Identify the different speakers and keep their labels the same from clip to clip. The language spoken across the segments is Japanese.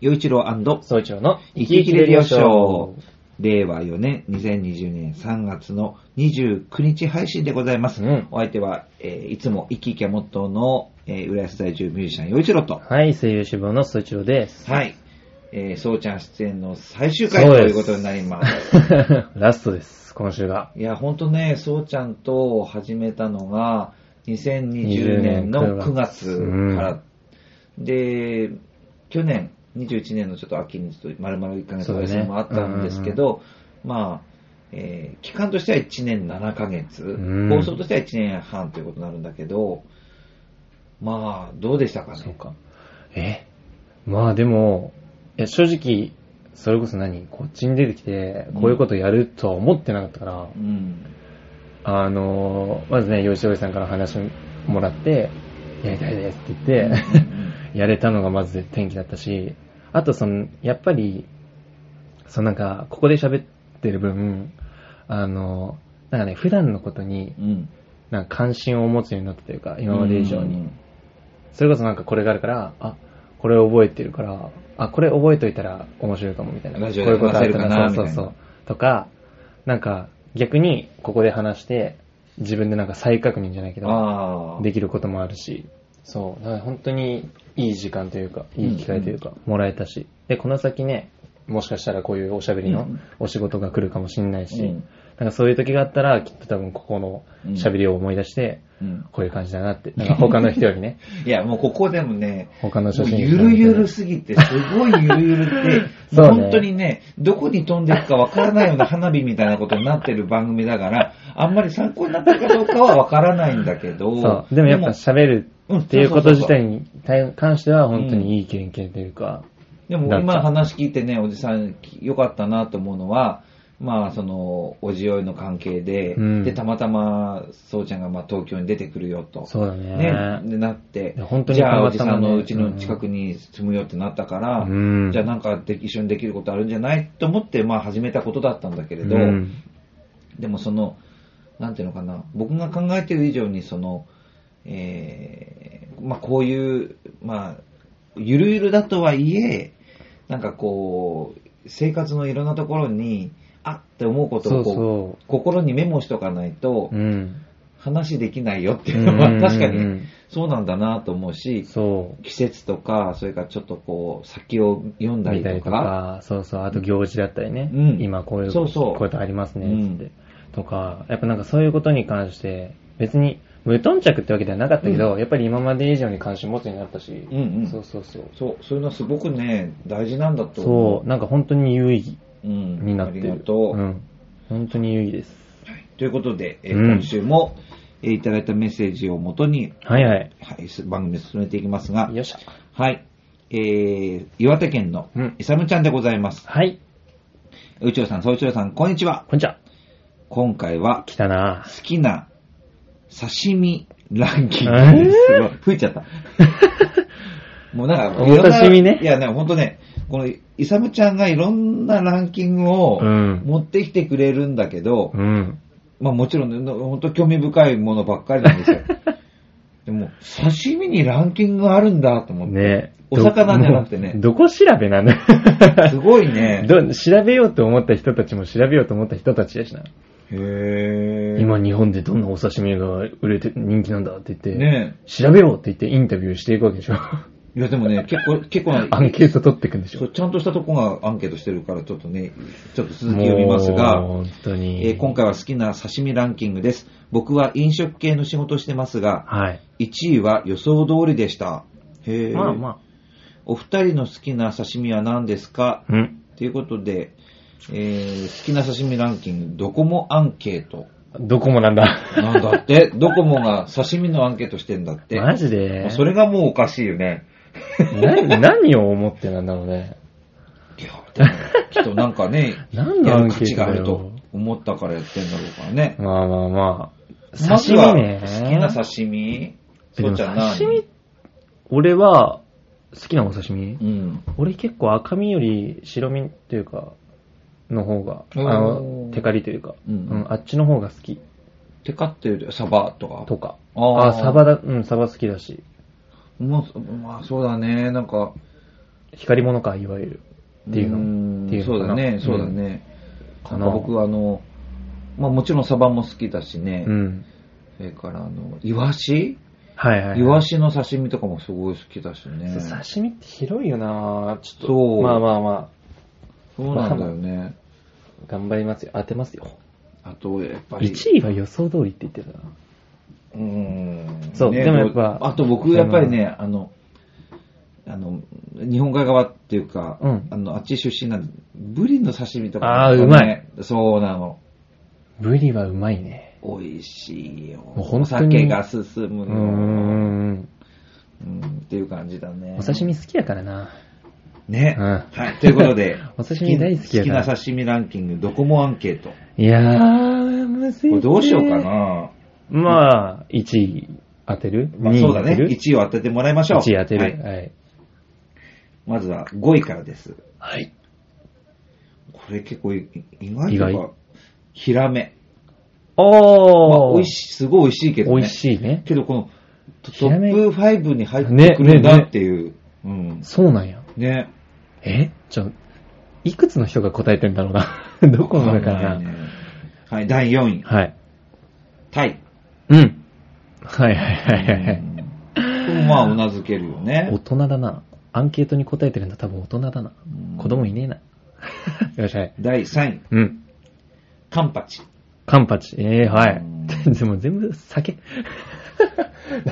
Speaker 1: 洋一郎
Speaker 2: 総長の
Speaker 1: 生き生きレディオショー。令和4年2020年3月の29日配信でございます。
Speaker 2: うん
Speaker 1: お相手は、えーいつも生き生きはモットーの、えー浦安在住ミュージシャン洋一郎と、
Speaker 2: はい、声優志望の総長です。
Speaker 1: はい、えー、そうちゃん出演の最終回ということになります。
Speaker 2: ラストです、今週が。
Speaker 1: いや、ほんとね、そうちゃんと始めたのが、2020年の9
Speaker 2: 9
Speaker 1: 月
Speaker 2: 月
Speaker 1: から。で、去年、21年のちょっと秋にちょっと丸々1ヶ月
Speaker 2: そう
Speaker 1: お
Speaker 2: だね
Speaker 1: 休みもあったんですけど、まあ、えー期間としては1年7ヶ月、
Speaker 2: うん
Speaker 1: 放送としては1年半ということになるんだけど、まあ、どうでしたかね。
Speaker 2: そうか。えまあでも、いや正直、それこそ何こっちに出てきて、こういうことやるとは思ってなかったから、
Speaker 1: うん。
Speaker 2: あのー、まずね、吉岡さんから話をもらって、やりたいですって言って、やれたのがまず天気だったし、あとその、やっぱり、そのなんか、ここで喋ってる分、あの、なんかね、普段のことに、
Speaker 1: うん。
Speaker 2: なんか関心を持つようになったというか、今まで以上に。それこそなんかこれがあるから、あ、これ覚えてるから、あ、これ覚えといたら面白いかもみたいな。
Speaker 1: ラジオ
Speaker 2: こ
Speaker 1: で
Speaker 2: ういうことある
Speaker 1: 話せるかな
Speaker 2: そうそうそう。とか、なんか、逆にここで話して、自分でなんか再確認じゃないけ
Speaker 1: うん。
Speaker 2: ど、
Speaker 1: ああ。
Speaker 2: できることもあるし、そう、だから本当にいい時間というか、いい機会というか、もらえたし、で、この先ね、もしかしたらこういうおしゃべり
Speaker 1: う
Speaker 2: の
Speaker 1: ん
Speaker 2: お仕事が来るかもしんないし、
Speaker 1: うん
Speaker 2: なんかそういう時があったら、きっと多分ここのしゃべりを思い出して、
Speaker 1: うん
Speaker 2: こういう感じだなって、なんか他の人より ね、
Speaker 1: いや、もうここでもね、
Speaker 2: 他の
Speaker 1: も
Speaker 2: 初
Speaker 1: う
Speaker 2: 心
Speaker 1: ゆ
Speaker 2: 者の人
Speaker 1: る
Speaker 2: ね
Speaker 1: ゆるすぎて、すごいゆるゆるって、
Speaker 2: そうね
Speaker 1: 本当にね、どこに飛んでいくかわからないような花火みたいなことになってる番組だから、あんまり参考になってるかどうかはわからないんだけど、
Speaker 2: そう、でもやっぱ喋るっていうこと自体に対関しては本当にいい経験というか、
Speaker 1: でも今話聞いてね、おじさんよかったなと思うのは、まあその、おじおいの関係で、
Speaker 2: うん
Speaker 1: で、たまたま、そうちゃんがまあ東京に出てくるよと。
Speaker 2: そうだ
Speaker 1: ね
Speaker 2: ね。、
Speaker 1: でなって
Speaker 2: いや本、当に
Speaker 1: じゃあ、
Speaker 2: 変わ
Speaker 1: お
Speaker 2: っ
Speaker 1: じ
Speaker 2: た
Speaker 1: さ
Speaker 2: も
Speaker 1: ん
Speaker 2: んね
Speaker 1: のうちの近くに住むよってなったから、
Speaker 2: うん
Speaker 1: じゃあなんかで一緒にできることあるんじゃないと思って、まあ始めたことだったんだけれど、
Speaker 2: うん
Speaker 1: でもその、なんていうのかな、僕が考えてる以上に、その、えーまあこういう、まあ、ゆるゆるだとはいえ、なんかこう、生活のいろんなところに、あって思うことをこう
Speaker 2: そうそ
Speaker 1: 心にメモしとかないと、
Speaker 2: うん。
Speaker 1: 話できないよっていうのは
Speaker 2: うんうんうん
Speaker 1: 確かにそうなんだなと思うし、
Speaker 2: そう。
Speaker 1: 季節とか、それからちょっとこう、先を読んだり
Speaker 2: 見た
Speaker 1: と
Speaker 2: り
Speaker 1: か、
Speaker 2: とか、そうそう、あと行事だったりね、
Speaker 1: うん
Speaker 2: 今こういう
Speaker 1: そうそう
Speaker 2: こういうことありますね、
Speaker 1: うん
Speaker 2: つって、とか、やっぱなんかそういうことに関して、別に無頓着ってわけではなかったけど、やっぱり今まで以上に関心持つようになったし、
Speaker 1: うんうん
Speaker 2: そうそうそう。
Speaker 1: そう、そういうのはすごくね、大事なんだと思
Speaker 2: そう、なんか本当に有意義
Speaker 1: う。うん
Speaker 2: になってる。
Speaker 1: ありがとう。
Speaker 2: ん。本当に有意義です。
Speaker 1: ということで、えー
Speaker 2: うん
Speaker 1: 今週も、えーいただいたメッセージをもとに、
Speaker 2: はいはい。
Speaker 1: はい、す番組を進めていきますが、
Speaker 2: よっしゃ。
Speaker 1: はい、えー、岩手県の
Speaker 2: うん
Speaker 1: イサムちゃんでございます。
Speaker 2: はい。
Speaker 1: 宇宙さん、総一郎さん、こんにちは。
Speaker 2: こんにちは。
Speaker 1: 今回は、
Speaker 2: 来たな
Speaker 1: 好きな刺身ランキングです。すごい。吹いちゃ った。もうなんか、
Speaker 2: お
Speaker 1: いろんな
Speaker 2: 刺身ね
Speaker 1: いやね、ほんとね、この、イサムちゃんがいろんなランキングを
Speaker 2: うん
Speaker 1: 持ってきてくれるんだけど、
Speaker 2: うん。
Speaker 1: まあもちろんね、ほんと興味深いものばっかりなんです よ。でも、刺身にランキングがあるんだと思って。
Speaker 2: ね
Speaker 1: お魚じゃなくてね
Speaker 2: もうど こ調べなんだ
Speaker 1: すごいね。
Speaker 2: ど調べようと思った人たちも調べようと思った人たちやしな。
Speaker 1: へー。
Speaker 2: 今日本でどんなお刺身が売れて人気なんだって言って、
Speaker 1: ね
Speaker 2: 調べろって言ってインタビューしていくわけでしょ。
Speaker 1: いやでもね、結構、結構な、
Speaker 2: アンケート取っていくんでし
Speaker 1: そ
Speaker 2: ょ。
Speaker 1: うちゃんとしたとこがアンケートしてるから、ちょっとね、ちょっと続き読みますが、
Speaker 2: もう本当に。
Speaker 1: えー今回は好きな刺身ランキングです。僕は飲食系の仕事をしてますが、
Speaker 2: はい。
Speaker 1: 1位は予想通りでした。へえ。
Speaker 2: まあま
Speaker 1: お二人の好きな刺身は何ですか
Speaker 2: あ。うん。
Speaker 1: ということで、えー好きな刺身ランキング、ドコモアンケート。
Speaker 2: どこもなんだ。
Speaker 1: なんだって ドコモが刺身のアンケートしてんだって。
Speaker 2: マジ
Speaker 1: も
Speaker 2: で
Speaker 1: うそれがもうおかしいよね。
Speaker 2: 何何を思ってなんだろうね。、
Speaker 1: いや、でもきっとなんかね
Speaker 2: 何の
Speaker 1: や
Speaker 2: ア
Speaker 1: る
Speaker 2: ン
Speaker 1: 価
Speaker 2: ケー
Speaker 1: 値
Speaker 2: ト
Speaker 1: があ
Speaker 2: だよ
Speaker 1: ると思ったからやってんだろうからね。
Speaker 2: まあまあまあ。
Speaker 1: まずは
Speaker 2: ね。
Speaker 1: 好きな刺身
Speaker 2: え
Speaker 1: そ
Speaker 2: で
Speaker 1: う
Speaker 2: も
Speaker 1: ちゃん何
Speaker 2: 刺身俺は、好きなお刺身
Speaker 1: うん。
Speaker 2: 俺結構赤身より白身っていうか、の方が、あ
Speaker 1: おー
Speaker 2: の、テカリというか、
Speaker 1: うん
Speaker 2: あっちの方が好き
Speaker 1: テカってるサバとか。
Speaker 2: とか。
Speaker 1: あー
Speaker 2: あーサバだ、うん、サバ好きだし。
Speaker 1: もうまあそうだね。なんか、
Speaker 2: 光り物か、いわゆる。っていう
Speaker 1: ー
Speaker 2: の。
Speaker 1: ん
Speaker 2: っていう
Speaker 1: そう
Speaker 2: の
Speaker 1: だ
Speaker 2: かな
Speaker 1: ね、そうだ。ね。
Speaker 2: か
Speaker 1: な
Speaker 2: なん
Speaker 1: か僕はあの、まあもちろんサバも好きだしね、
Speaker 2: うん。うん
Speaker 1: それからあの、イワシ
Speaker 2: はいはいはい。
Speaker 1: イワシの刺身とかもすごい好きだしね。
Speaker 2: そう刺身って広いよなちょっと。
Speaker 1: そう
Speaker 2: まあまあま
Speaker 1: そうなんだよね。
Speaker 2: あ、頑張りますよ。当てますよ。
Speaker 1: あと、やっぱり。
Speaker 2: 1位は予想通りって言ってたな。
Speaker 1: うーん。
Speaker 2: そう
Speaker 1: ね
Speaker 2: でもやっぱ
Speaker 1: あと僕、やっぱりね、あの、あの、日本海側っていうか、
Speaker 2: うん
Speaker 1: あの、あっち出身なんで、ブリの刺身とか、
Speaker 2: あーうまい。
Speaker 1: そうなの。
Speaker 2: ブリはうまいね。
Speaker 1: 美味しいよ。
Speaker 2: う本当に
Speaker 1: お酒が進む
Speaker 2: うー
Speaker 1: の。うん
Speaker 2: ん。
Speaker 1: っていう感じだね。
Speaker 2: お刺身好きやからな。
Speaker 1: ね。
Speaker 2: うん、
Speaker 1: はい。ということで
Speaker 2: お刺身大好きやから
Speaker 1: 好きな刺身ランキング、どこもアンケート。こ
Speaker 2: いやー、むずい、
Speaker 1: れ
Speaker 2: ね。
Speaker 1: どうしようか。な。
Speaker 2: まあ、1位当てる、
Speaker 1: まあ、
Speaker 2: ?2 位
Speaker 1: そう
Speaker 2: 当
Speaker 1: だ
Speaker 2: て
Speaker 1: ね。
Speaker 2: る、
Speaker 1: 1位を当ててもらいましょう。
Speaker 2: 1位当て
Speaker 1: は
Speaker 2: る。
Speaker 1: い
Speaker 2: はい。
Speaker 1: まずは5位からです。
Speaker 2: はい。
Speaker 1: これ結構い意外
Speaker 2: 意
Speaker 1: と
Speaker 2: 外
Speaker 1: か、ヒラメ。まあ
Speaker 2: おー。
Speaker 1: 美味しい、すごい美味しいけどね。
Speaker 2: 美味しいね。
Speaker 1: けどこのト
Speaker 2: ヒラメ
Speaker 1: トップ5に入ってくるんだ
Speaker 2: ねね
Speaker 1: っていう。うん。
Speaker 2: そうなんや。
Speaker 1: ね。
Speaker 2: えちょ、いくつの人が答えてんだろうな。 どこなのか
Speaker 1: わん
Speaker 2: な。
Speaker 1: いねはい、第4位。
Speaker 2: はい。
Speaker 1: タイ。
Speaker 2: うん。はいはいはいはいは
Speaker 1: う
Speaker 2: い。
Speaker 1: んこれもまあ、うなずけるよね
Speaker 2: 大。人だな。アンケートに答えてるんだ多分大人だな。
Speaker 1: うん
Speaker 2: 子供いねえな。 よっしゃい。
Speaker 1: 第3位。
Speaker 2: うん。
Speaker 1: カンパチ。
Speaker 2: カンパチ。ええはい
Speaker 1: うん
Speaker 2: 。でも全部酒。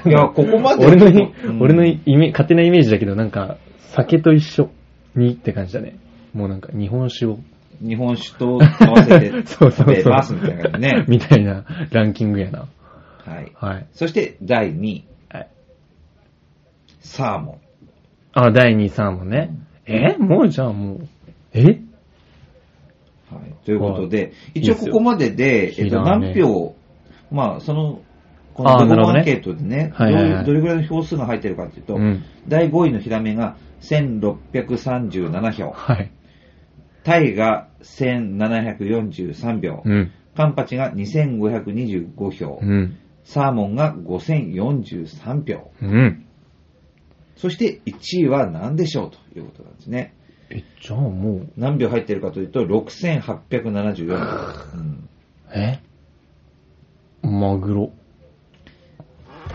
Speaker 1: いや、ここまで。
Speaker 2: 俺のい、
Speaker 1: うん
Speaker 2: 俺のイメ勝手なイメージだけど、なんか、酒と一緒にって感じだね。もうなんか、日本酒を。
Speaker 1: 日本酒と合わせて
Speaker 2: そうそ
Speaker 1: 食
Speaker 2: う
Speaker 1: べ
Speaker 2: そう。
Speaker 1: ますみたいな感じね
Speaker 2: 。みたいなランキングやな。
Speaker 1: はい。
Speaker 2: はい。
Speaker 1: そして、第2位。
Speaker 2: はい
Speaker 1: サーモン。
Speaker 2: あ、第2、3もね。えもうじゃあもう、え
Speaker 1: はい、ということで、
Speaker 2: い
Speaker 1: 一応ここまでで、
Speaker 2: いいっすよ
Speaker 1: えっと、
Speaker 2: ひらめ
Speaker 1: 何票、まあ、その、こ
Speaker 2: あ
Speaker 1: の
Speaker 2: ー
Speaker 1: ド
Speaker 2: なる
Speaker 1: コ
Speaker 2: ほ
Speaker 1: モ
Speaker 2: どね
Speaker 1: アンケートでね、どう
Speaker 2: はいはいはい
Speaker 1: どれぐらいの票数が入ってるかというと、
Speaker 2: うん
Speaker 1: 第5位のヒラメが1637票、
Speaker 2: はい。
Speaker 1: タイが1743票、
Speaker 2: うん。
Speaker 1: カンパチが2525票、
Speaker 2: うん。
Speaker 1: サーモンが5043票、
Speaker 2: うん。
Speaker 1: そして1位は何でしょうということなんですね。
Speaker 2: え、じゃあもう、
Speaker 1: 何票入ってるかというと、6874票。うん
Speaker 2: えマグロ。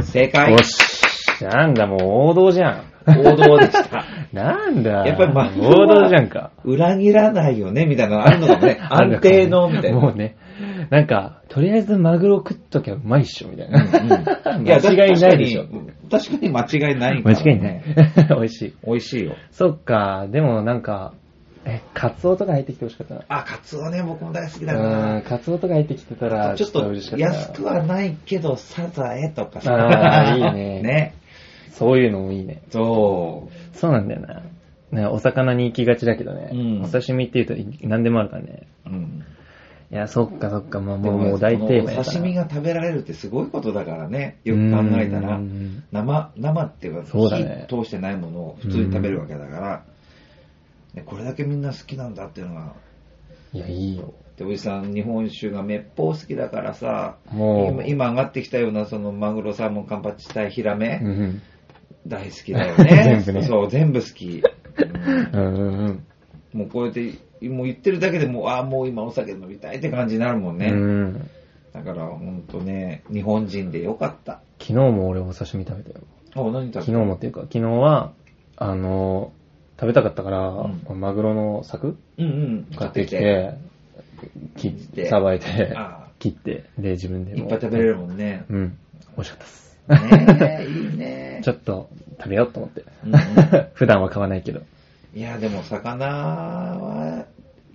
Speaker 1: 正解
Speaker 2: よし。なんだ、もう王道じゃん。
Speaker 1: 王道でした。
Speaker 2: なんだ。
Speaker 1: やっぱりマグロは
Speaker 2: 王道じゃんか。。
Speaker 1: 裏切らないよね、みたいなのあるのかもね 安定の、みたいな。
Speaker 2: もうね。なんか、とりあえずマグロ食っときゃうまいっしょ、みたいな。
Speaker 1: うん
Speaker 2: 間違いないでしょ。。
Speaker 1: だ確かに確かに間違いないか
Speaker 2: 間
Speaker 1: らね
Speaker 2: 違いない。 美味しい。
Speaker 1: 美味しいよ。
Speaker 2: そっか、でもなんか、え、カツオとか入ってきてほしかったな。
Speaker 1: あ、カツオね、僕も大好きだ
Speaker 2: う
Speaker 1: か
Speaker 2: ん、カツオとか入ってきてた
Speaker 1: ら。
Speaker 2: ら、
Speaker 1: ちょっ
Speaker 2: 嬉しか
Speaker 1: と
Speaker 2: ったな
Speaker 1: 安くはないけど、サザエとか
Speaker 2: あーいいね
Speaker 1: ね。
Speaker 2: そういうのもいいね。
Speaker 1: そ
Speaker 2: そうなんだよな。ね、お魚に行きがちだけどね。
Speaker 1: うん
Speaker 2: お刺身って言うと何でもあるからね。
Speaker 1: う。うん。
Speaker 2: いや、そっかそっか、まあ
Speaker 1: で
Speaker 2: もう
Speaker 1: も
Speaker 2: もう大定番
Speaker 1: この
Speaker 2: やから。
Speaker 1: 刺身が食べられるってすごいことだからね。よく考えたら
Speaker 2: う。ん
Speaker 1: 生、生っていうか、
Speaker 2: そうだね
Speaker 1: 火通してないものを普通に食べるわけだから、ねこれだけみんな好きなんだっていうのが、
Speaker 2: いや、いいよ。
Speaker 1: で、おじさん、日本酒がめっぽう好きだからさ、
Speaker 2: もう
Speaker 1: 今今上がってきたような、その、マグロ、サーモン、カンパチ、タイ、ヒラメ、
Speaker 2: うん。
Speaker 1: 大好きだよね
Speaker 2: 全部ね
Speaker 1: そう、全部好き。うん
Speaker 2: うん。うんうんうん。
Speaker 1: もうこうやって、もう言ってるだけでもう、ああ、もう今お酒飲みたいって感じになるもんね。
Speaker 2: うん
Speaker 1: だから、ほんとね、日本人でよかった。
Speaker 2: 昨日も俺お刺身食べたよ。
Speaker 1: お、何食べ
Speaker 2: 昨日
Speaker 1: た
Speaker 2: もっていうか、昨日は、あの、食べたかったから、
Speaker 1: うん
Speaker 2: マグロの柵
Speaker 1: うんうん、
Speaker 2: 買ってき。て、切って、
Speaker 1: で
Speaker 2: さばいて、
Speaker 1: あ
Speaker 2: 切って、で、自分で
Speaker 1: ーい
Speaker 2: も。
Speaker 1: っぱい食べれるもんね。
Speaker 2: うん。美味しかったです。
Speaker 1: ねえ、いいね。
Speaker 2: ちょっと食べようと思って。
Speaker 1: うんう
Speaker 2: 普段は買わないけど。
Speaker 1: いや、でも魚は、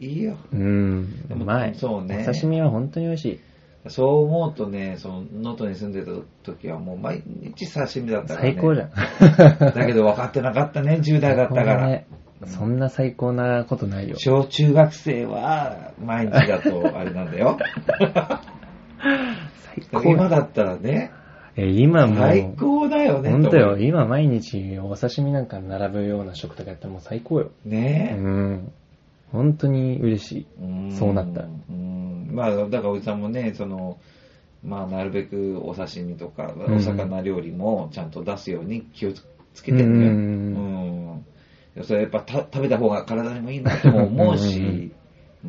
Speaker 1: いいよ。
Speaker 2: うん。
Speaker 1: で
Speaker 2: う
Speaker 1: も
Speaker 2: まい。
Speaker 1: そうね
Speaker 2: お刺身は本当に美味しい。
Speaker 1: そう思うとね、その、能登に住んでた時はもう毎日刺身だったから、ね。
Speaker 2: 最高じゃん。
Speaker 1: だけど分かってなかったね、10代だったから。
Speaker 2: ね そんな最高なことないよ。
Speaker 1: 小中学生は、毎日だとあれなんだ よ。だ
Speaker 2: 最高
Speaker 1: けど今だったらね、
Speaker 2: え、今もう。
Speaker 1: 最高だよね。
Speaker 2: 本当
Speaker 1: と
Speaker 2: よ、
Speaker 1: 思う。
Speaker 2: 今毎日お刺身なんか並ぶような食とかやったらもう最高よ。う
Speaker 1: ね
Speaker 2: ん。本当に嬉しい。
Speaker 1: ん
Speaker 2: そうなったら
Speaker 1: んまあ、だからおじさんもね、その、まあ、なるべくお刺身とか、
Speaker 2: ん
Speaker 1: お魚料理もちゃんと出すように気をつけてるね。
Speaker 2: う
Speaker 1: うんん。それやっぱた食べた方が体にもいいなとも思うし、
Speaker 2: うんう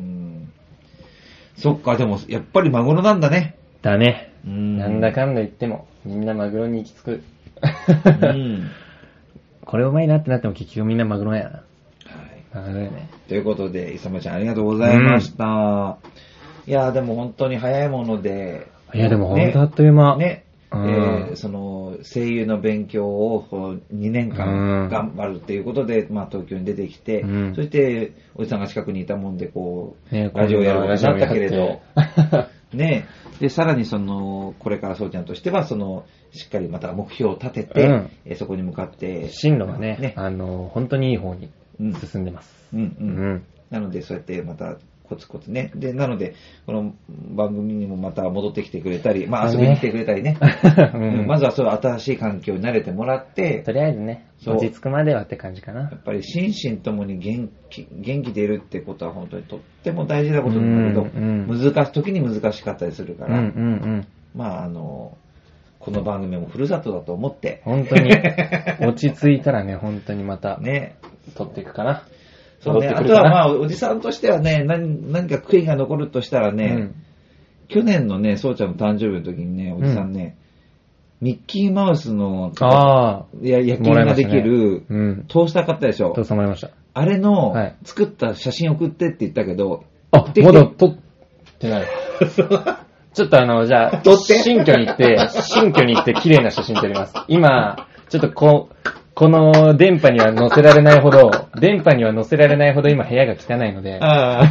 Speaker 1: うんそっか、でもやっぱりマグロなんだね。
Speaker 2: だね。
Speaker 1: うん
Speaker 2: なんだかんだ言っても、みんなマグロに行き着く。
Speaker 1: うん
Speaker 2: これうまいなってなっても結局みんなマグロやな。
Speaker 1: はい
Speaker 2: マグロやね。
Speaker 1: ということで、いさまちゃんありがとうございました。いやーでも本当に早いもので、
Speaker 2: いやでもほん
Speaker 1: ね
Speaker 2: とあっという間。
Speaker 1: ね、え
Speaker 2: うん
Speaker 1: ーその声優の勉強をこう2年
Speaker 2: うん
Speaker 1: 間頑張るっていうことで、まあ、東京に出てきて、
Speaker 2: うん
Speaker 1: そしておじさんが近くにいたもんでこう、
Speaker 2: ね
Speaker 1: ラジオやるようになったけれど、
Speaker 2: ラジオやって
Speaker 1: ね、でさらにそのこれからそうちゃんとしてはそのしっかりまた目標を立てて、
Speaker 2: うん
Speaker 1: えーそこに向かって、
Speaker 2: 進路がね、
Speaker 1: ね
Speaker 2: あの、本当にいい方に
Speaker 1: うん
Speaker 2: 進んでます。
Speaker 1: うん
Speaker 2: う
Speaker 1: うん
Speaker 2: ん。
Speaker 1: なので、そうやってまたコツコツね。で、なので、この番組にもまた戻ってきてくれたり、まあ
Speaker 2: そ
Speaker 1: 遊
Speaker 2: う
Speaker 1: び
Speaker 2: ね
Speaker 1: に来てくれた りね。
Speaker 2: うん
Speaker 1: まずはそういう新しい環境に慣れてもらって、
Speaker 2: とりあえずね、
Speaker 1: そう
Speaker 2: 落ち着くまではって感じか
Speaker 1: や
Speaker 2: な。
Speaker 1: っぱり心身ともに元気、元気でいるってことは本当にとっても大事なことなんだけど、
Speaker 2: うんう
Speaker 1: 難し、時に難しかったりする
Speaker 2: う
Speaker 1: か
Speaker 2: んうん
Speaker 1: ら、
Speaker 2: うん。
Speaker 1: まああの、この番組もふるさとだと思って、
Speaker 2: 本 当に、落ち着いたらね、本当にまた、
Speaker 1: ね。
Speaker 2: 取っていくかな。
Speaker 1: そうね。
Speaker 2: 戻っ
Speaker 1: あ
Speaker 2: てく
Speaker 1: と
Speaker 2: るか
Speaker 1: は
Speaker 2: な
Speaker 1: まあ、おじさんとしてはね、何何か悔いが残るとしたらね、
Speaker 2: うん
Speaker 1: 去年のね、そうちゃんの誕生日の時にね、おじさんね、ミッキーマウスの、
Speaker 2: ああ、
Speaker 1: いや、焼き
Speaker 2: も
Speaker 1: 印
Speaker 2: らいま
Speaker 1: が
Speaker 2: し
Speaker 1: で
Speaker 2: た
Speaker 1: き
Speaker 2: ね
Speaker 1: る、
Speaker 2: うん。
Speaker 1: トースター買ったでしょ
Speaker 2: どう。さまりました。
Speaker 1: あれの
Speaker 2: はい、
Speaker 1: 作った写真送ってって言ったけど、
Speaker 2: あ、
Speaker 1: で
Speaker 2: まだ取ってない。 ちょっとあの、じゃあ、
Speaker 1: 撮って
Speaker 2: 新居に行って、新居に行って綺麗な写真撮ります。今、ちょっとこ、この電波には載せられないほど、電波には載せられないほど今部屋が汚いので、
Speaker 1: ああ、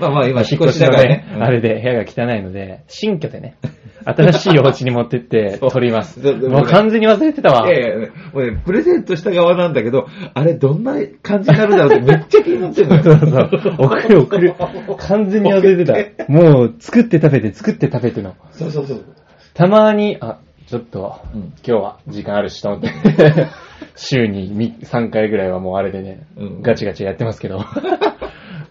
Speaker 1: まあまあ今引っ越しだからね。
Speaker 2: あれで部屋が汚いので、新居でね、新しいお家に持ってって撮ります。
Speaker 1: そうででもね
Speaker 2: もう完全に忘れてたわ
Speaker 1: い。やいや、もうね、プレゼントした側なんだけど、あれどんな感じになるだろうってめっちゃ気になってるの
Speaker 2: そう
Speaker 1: よ。
Speaker 2: そう そう。送る送る。完全に忘れて た。もう、作って食べて、作って食べての。
Speaker 1: そうそうそう。
Speaker 2: たまに、あ、ちょっと、
Speaker 1: うん
Speaker 2: 今日は時間あるしと思って、 週に3回ぐらいはもうあれでね、
Speaker 1: うん
Speaker 2: ガチガチやってますけど、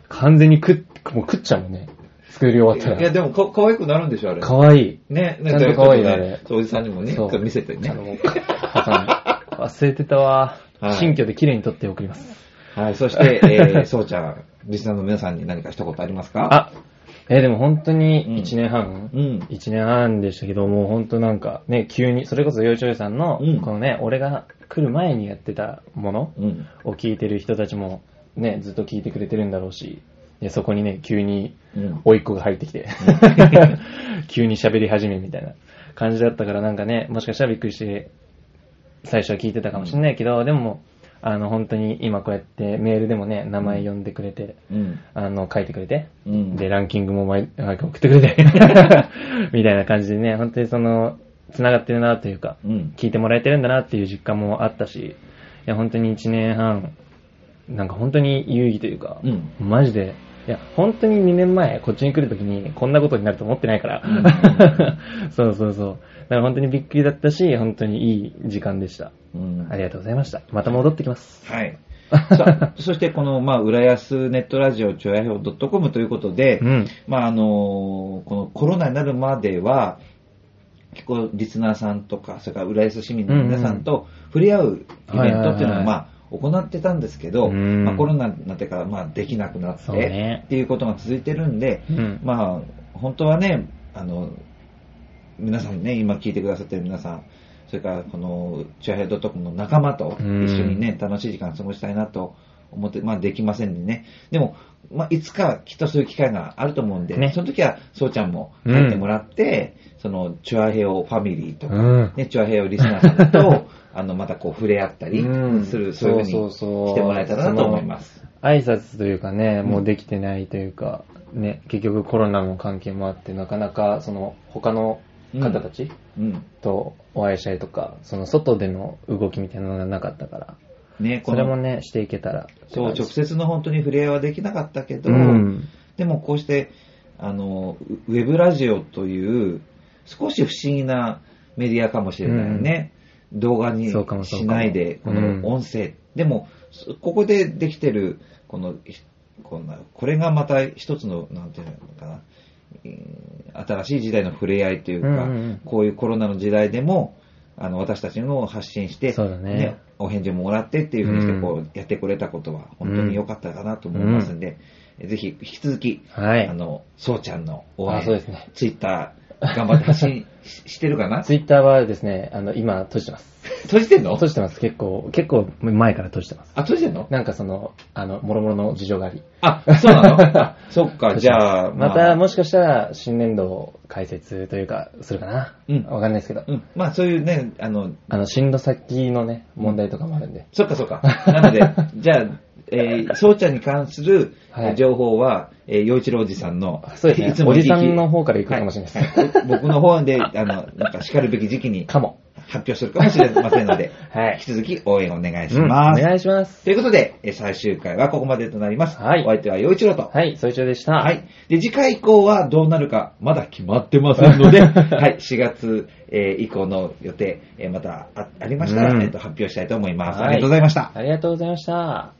Speaker 2: 完全に食っ、もう食っちゃうもんね。作り終わった
Speaker 1: いや、
Speaker 2: ら。
Speaker 1: でもか可愛くなるんでしょ、あれ。
Speaker 2: かわい
Speaker 1: ね、
Speaker 2: ちゃんと可愛いよあれ
Speaker 1: そうおじさんにも
Speaker 2: い。
Speaker 1: ね、見せて
Speaker 2: ち
Speaker 1: ね
Speaker 2: ゃん。ともうあそう忘れてた
Speaker 1: は
Speaker 2: わ。
Speaker 1: い
Speaker 2: 新居で綺麗に撮って送ります。
Speaker 1: はい、そして、 えー、そうちゃん、リスナーの皆さんに何か一言ありますか
Speaker 2: あ、えーでも本当に1年半、
Speaker 1: うん。
Speaker 2: 一年半でしたけど、もうほんとなんかね、急に、それこそ幼鳥さんの、
Speaker 1: うん
Speaker 2: このね、俺が来る前にやってたもの
Speaker 1: うん。
Speaker 2: を聞いてる人たちもね、ずっと聞いてくれてるんだろうし、でそこにね、急に、
Speaker 1: うん。
Speaker 2: 甥いっ子が入ってきて、 急に喋り始めみたいな感じだったからなんかね、もしかしたらびっくりして、最初は聞いてたかもしれないけど、でも、あの、本当に今こうやってメールでもね、名前呼んでくれて、
Speaker 1: うん。
Speaker 2: あの、書いてくれて、
Speaker 1: うん。
Speaker 2: で、ランキングも毎毎回送ってくれ て、みたいな感じでね、本当にその、繋がってるなというか、
Speaker 1: うん。
Speaker 2: 聞いてもらえてるんだなっていう実感もあったし、いや、本当に1年半、なんか本当に有意義というか、
Speaker 1: うん。
Speaker 2: マジで、いや、本当に2年前、こっちに来るときに、こんなことになると思ってないから、 そうそうそう。だから本当にびっくりだったし、本当にいい時間でした。
Speaker 1: うん
Speaker 2: あ。りがとうございました。また戻ってきます。
Speaker 1: はい。さそして、この、まあ、浦安ネットラジオ、ちょやひょう .com ということで、
Speaker 2: うん。
Speaker 1: まあ、あのこのコロナになるまでは、結構、リスナーさんとか、それから浦安市民の皆さんと触れ合うイベントっていうの
Speaker 2: はいはいは
Speaker 1: を、
Speaker 2: い
Speaker 1: まあ、行ってたんですけど、
Speaker 2: うん
Speaker 1: まあ、コロナになってから、まあ、できなくなっ
Speaker 2: そう
Speaker 1: て
Speaker 2: ね、
Speaker 1: っていうことが続いてるんで、
Speaker 2: うん。
Speaker 1: まあ、本当はね、あの、皆さんね、今聞いてくださってる皆さん、それからこの、チュアヘッドトークの仲間と一
Speaker 2: うん
Speaker 1: 緒にね、楽しい時間過ごしたいなと思って、まあできませんでね。でも、まあいつかきっとそういう機会があると思うんで、
Speaker 2: ね
Speaker 1: その時は、そうちゃんも入ってもらって、その、チュアヘオファミリーとか、
Speaker 2: うん。
Speaker 1: ね、チュアヘオリスナーさんと、 あの、またこう触れ合ったり
Speaker 2: うん
Speaker 1: する、そういうふう
Speaker 2: そ
Speaker 1: に
Speaker 2: うそうそう
Speaker 1: してもらえたらなと思います。
Speaker 2: 挨拶というかね、もうできてないというか、ね、結局コロナの関係もあって、なかなか、その、他の方たち
Speaker 1: うん。
Speaker 2: とお会いしたりとか、その外での動きみたいなのがなかったから、
Speaker 1: ね、こ
Speaker 2: それも
Speaker 1: の、
Speaker 2: ね、していけたら。
Speaker 1: そう、直接の本当に触れ合いはできなかったけど、
Speaker 2: うん。
Speaker 1: でもこうして、あの、ウウェブラジオという、少し不思議なメディアかもしれないね。動画に
Speaker 2: そうかもそう
Speaker 1: し
Speaker 2: かも
Speaker 1: ないで、こ
Speaker 2: うん
Speaker 1: の音声。でも、そここでできてる、この、ひこんな、これがまた一つの、なんていうのかな、うん新しい時代の触れ合いというか、
Speaker 2: うんうんうん
Speaker 1: こういうコロナの時代でも、あの、私たちのを発信して、
Speaker 2: そうだね
Speaker 1: お返事ももらってっていうふうにして、こ
Speaker 2: う
Speaker 1: う、やってくれたことは、本当に良かったかなと思いますんで、えぜひ、引き続き、
Speaker 2: はい
Speaker 1: あの、そうちゃんの応
Speaker 2: あ
Speaker 1: 援、
Speaker 2: そうですね
Speaker 1: ツイッター、頑張って発信し してるかな
Speaker 2: ツイッターはですね、あの、今、閉じてます。
Speaker 1: 閉じてんの
Speaker 2: 閉じてます。結構、結構前から閉じてます。
Speaker 1: あ、閉じてんの
Speaker 2: なんかその、あの、もろもろの事情があり。
Speaker 1: あ、そう なのあそっか、じゃあ、
Speaker 2: また、もしかしたら、新年度解説というか、するかな。
Speaker 1: うん
Speaker 2: わかんないですけど。
Speaker 1: うん、まあそういうね、あの、
Speaker 2: あの、進路先のね、問題とかもあるんで。
Speaker 1: そっかそっか。なので、じゃあ、えー、そうちゃんに関する
Speaker 2: はい
Speaker 1: 情報は、えー、洋一郎おじさんの、
Speaker 2: そうですね
Speaker 1: いつも
Speaker 2: おじさ
Speaker 1: 生き
Speaker 2: ん
Speaker 1: 生き
Speaker 2: の方から行くかもしれないです
Speaker 1: はは僕の方で、あの、なんか叱るべき時期 に
Speaker 2: かも。
Speaker 1: 発表するかもしれませんので、
Speaker 2: はい
Speaker 1: 引き続き応援お願いし
Speaker 2: うんお
Speaker 1: ます。
Speaker 2: 願いします。
Speaker 1: ということで、えー最終回はここまでとなります。
Speaker 2: はい
Speaker 1: お相手は洋一郎と。
Speaker 2: はい、そういちょうでした。
Speaker 1: はい。で、次回以降はどうなるか、まだ決まってませんの で、はい、4月、えー以降の予定、えーまたあありましたら、
Speaker 2: うん
Speaker 1: えっと、発表したいと思います。
Speaker 2: はい
Speaker 1: ありがとうございました。
Speaker 2: ありがとうございました。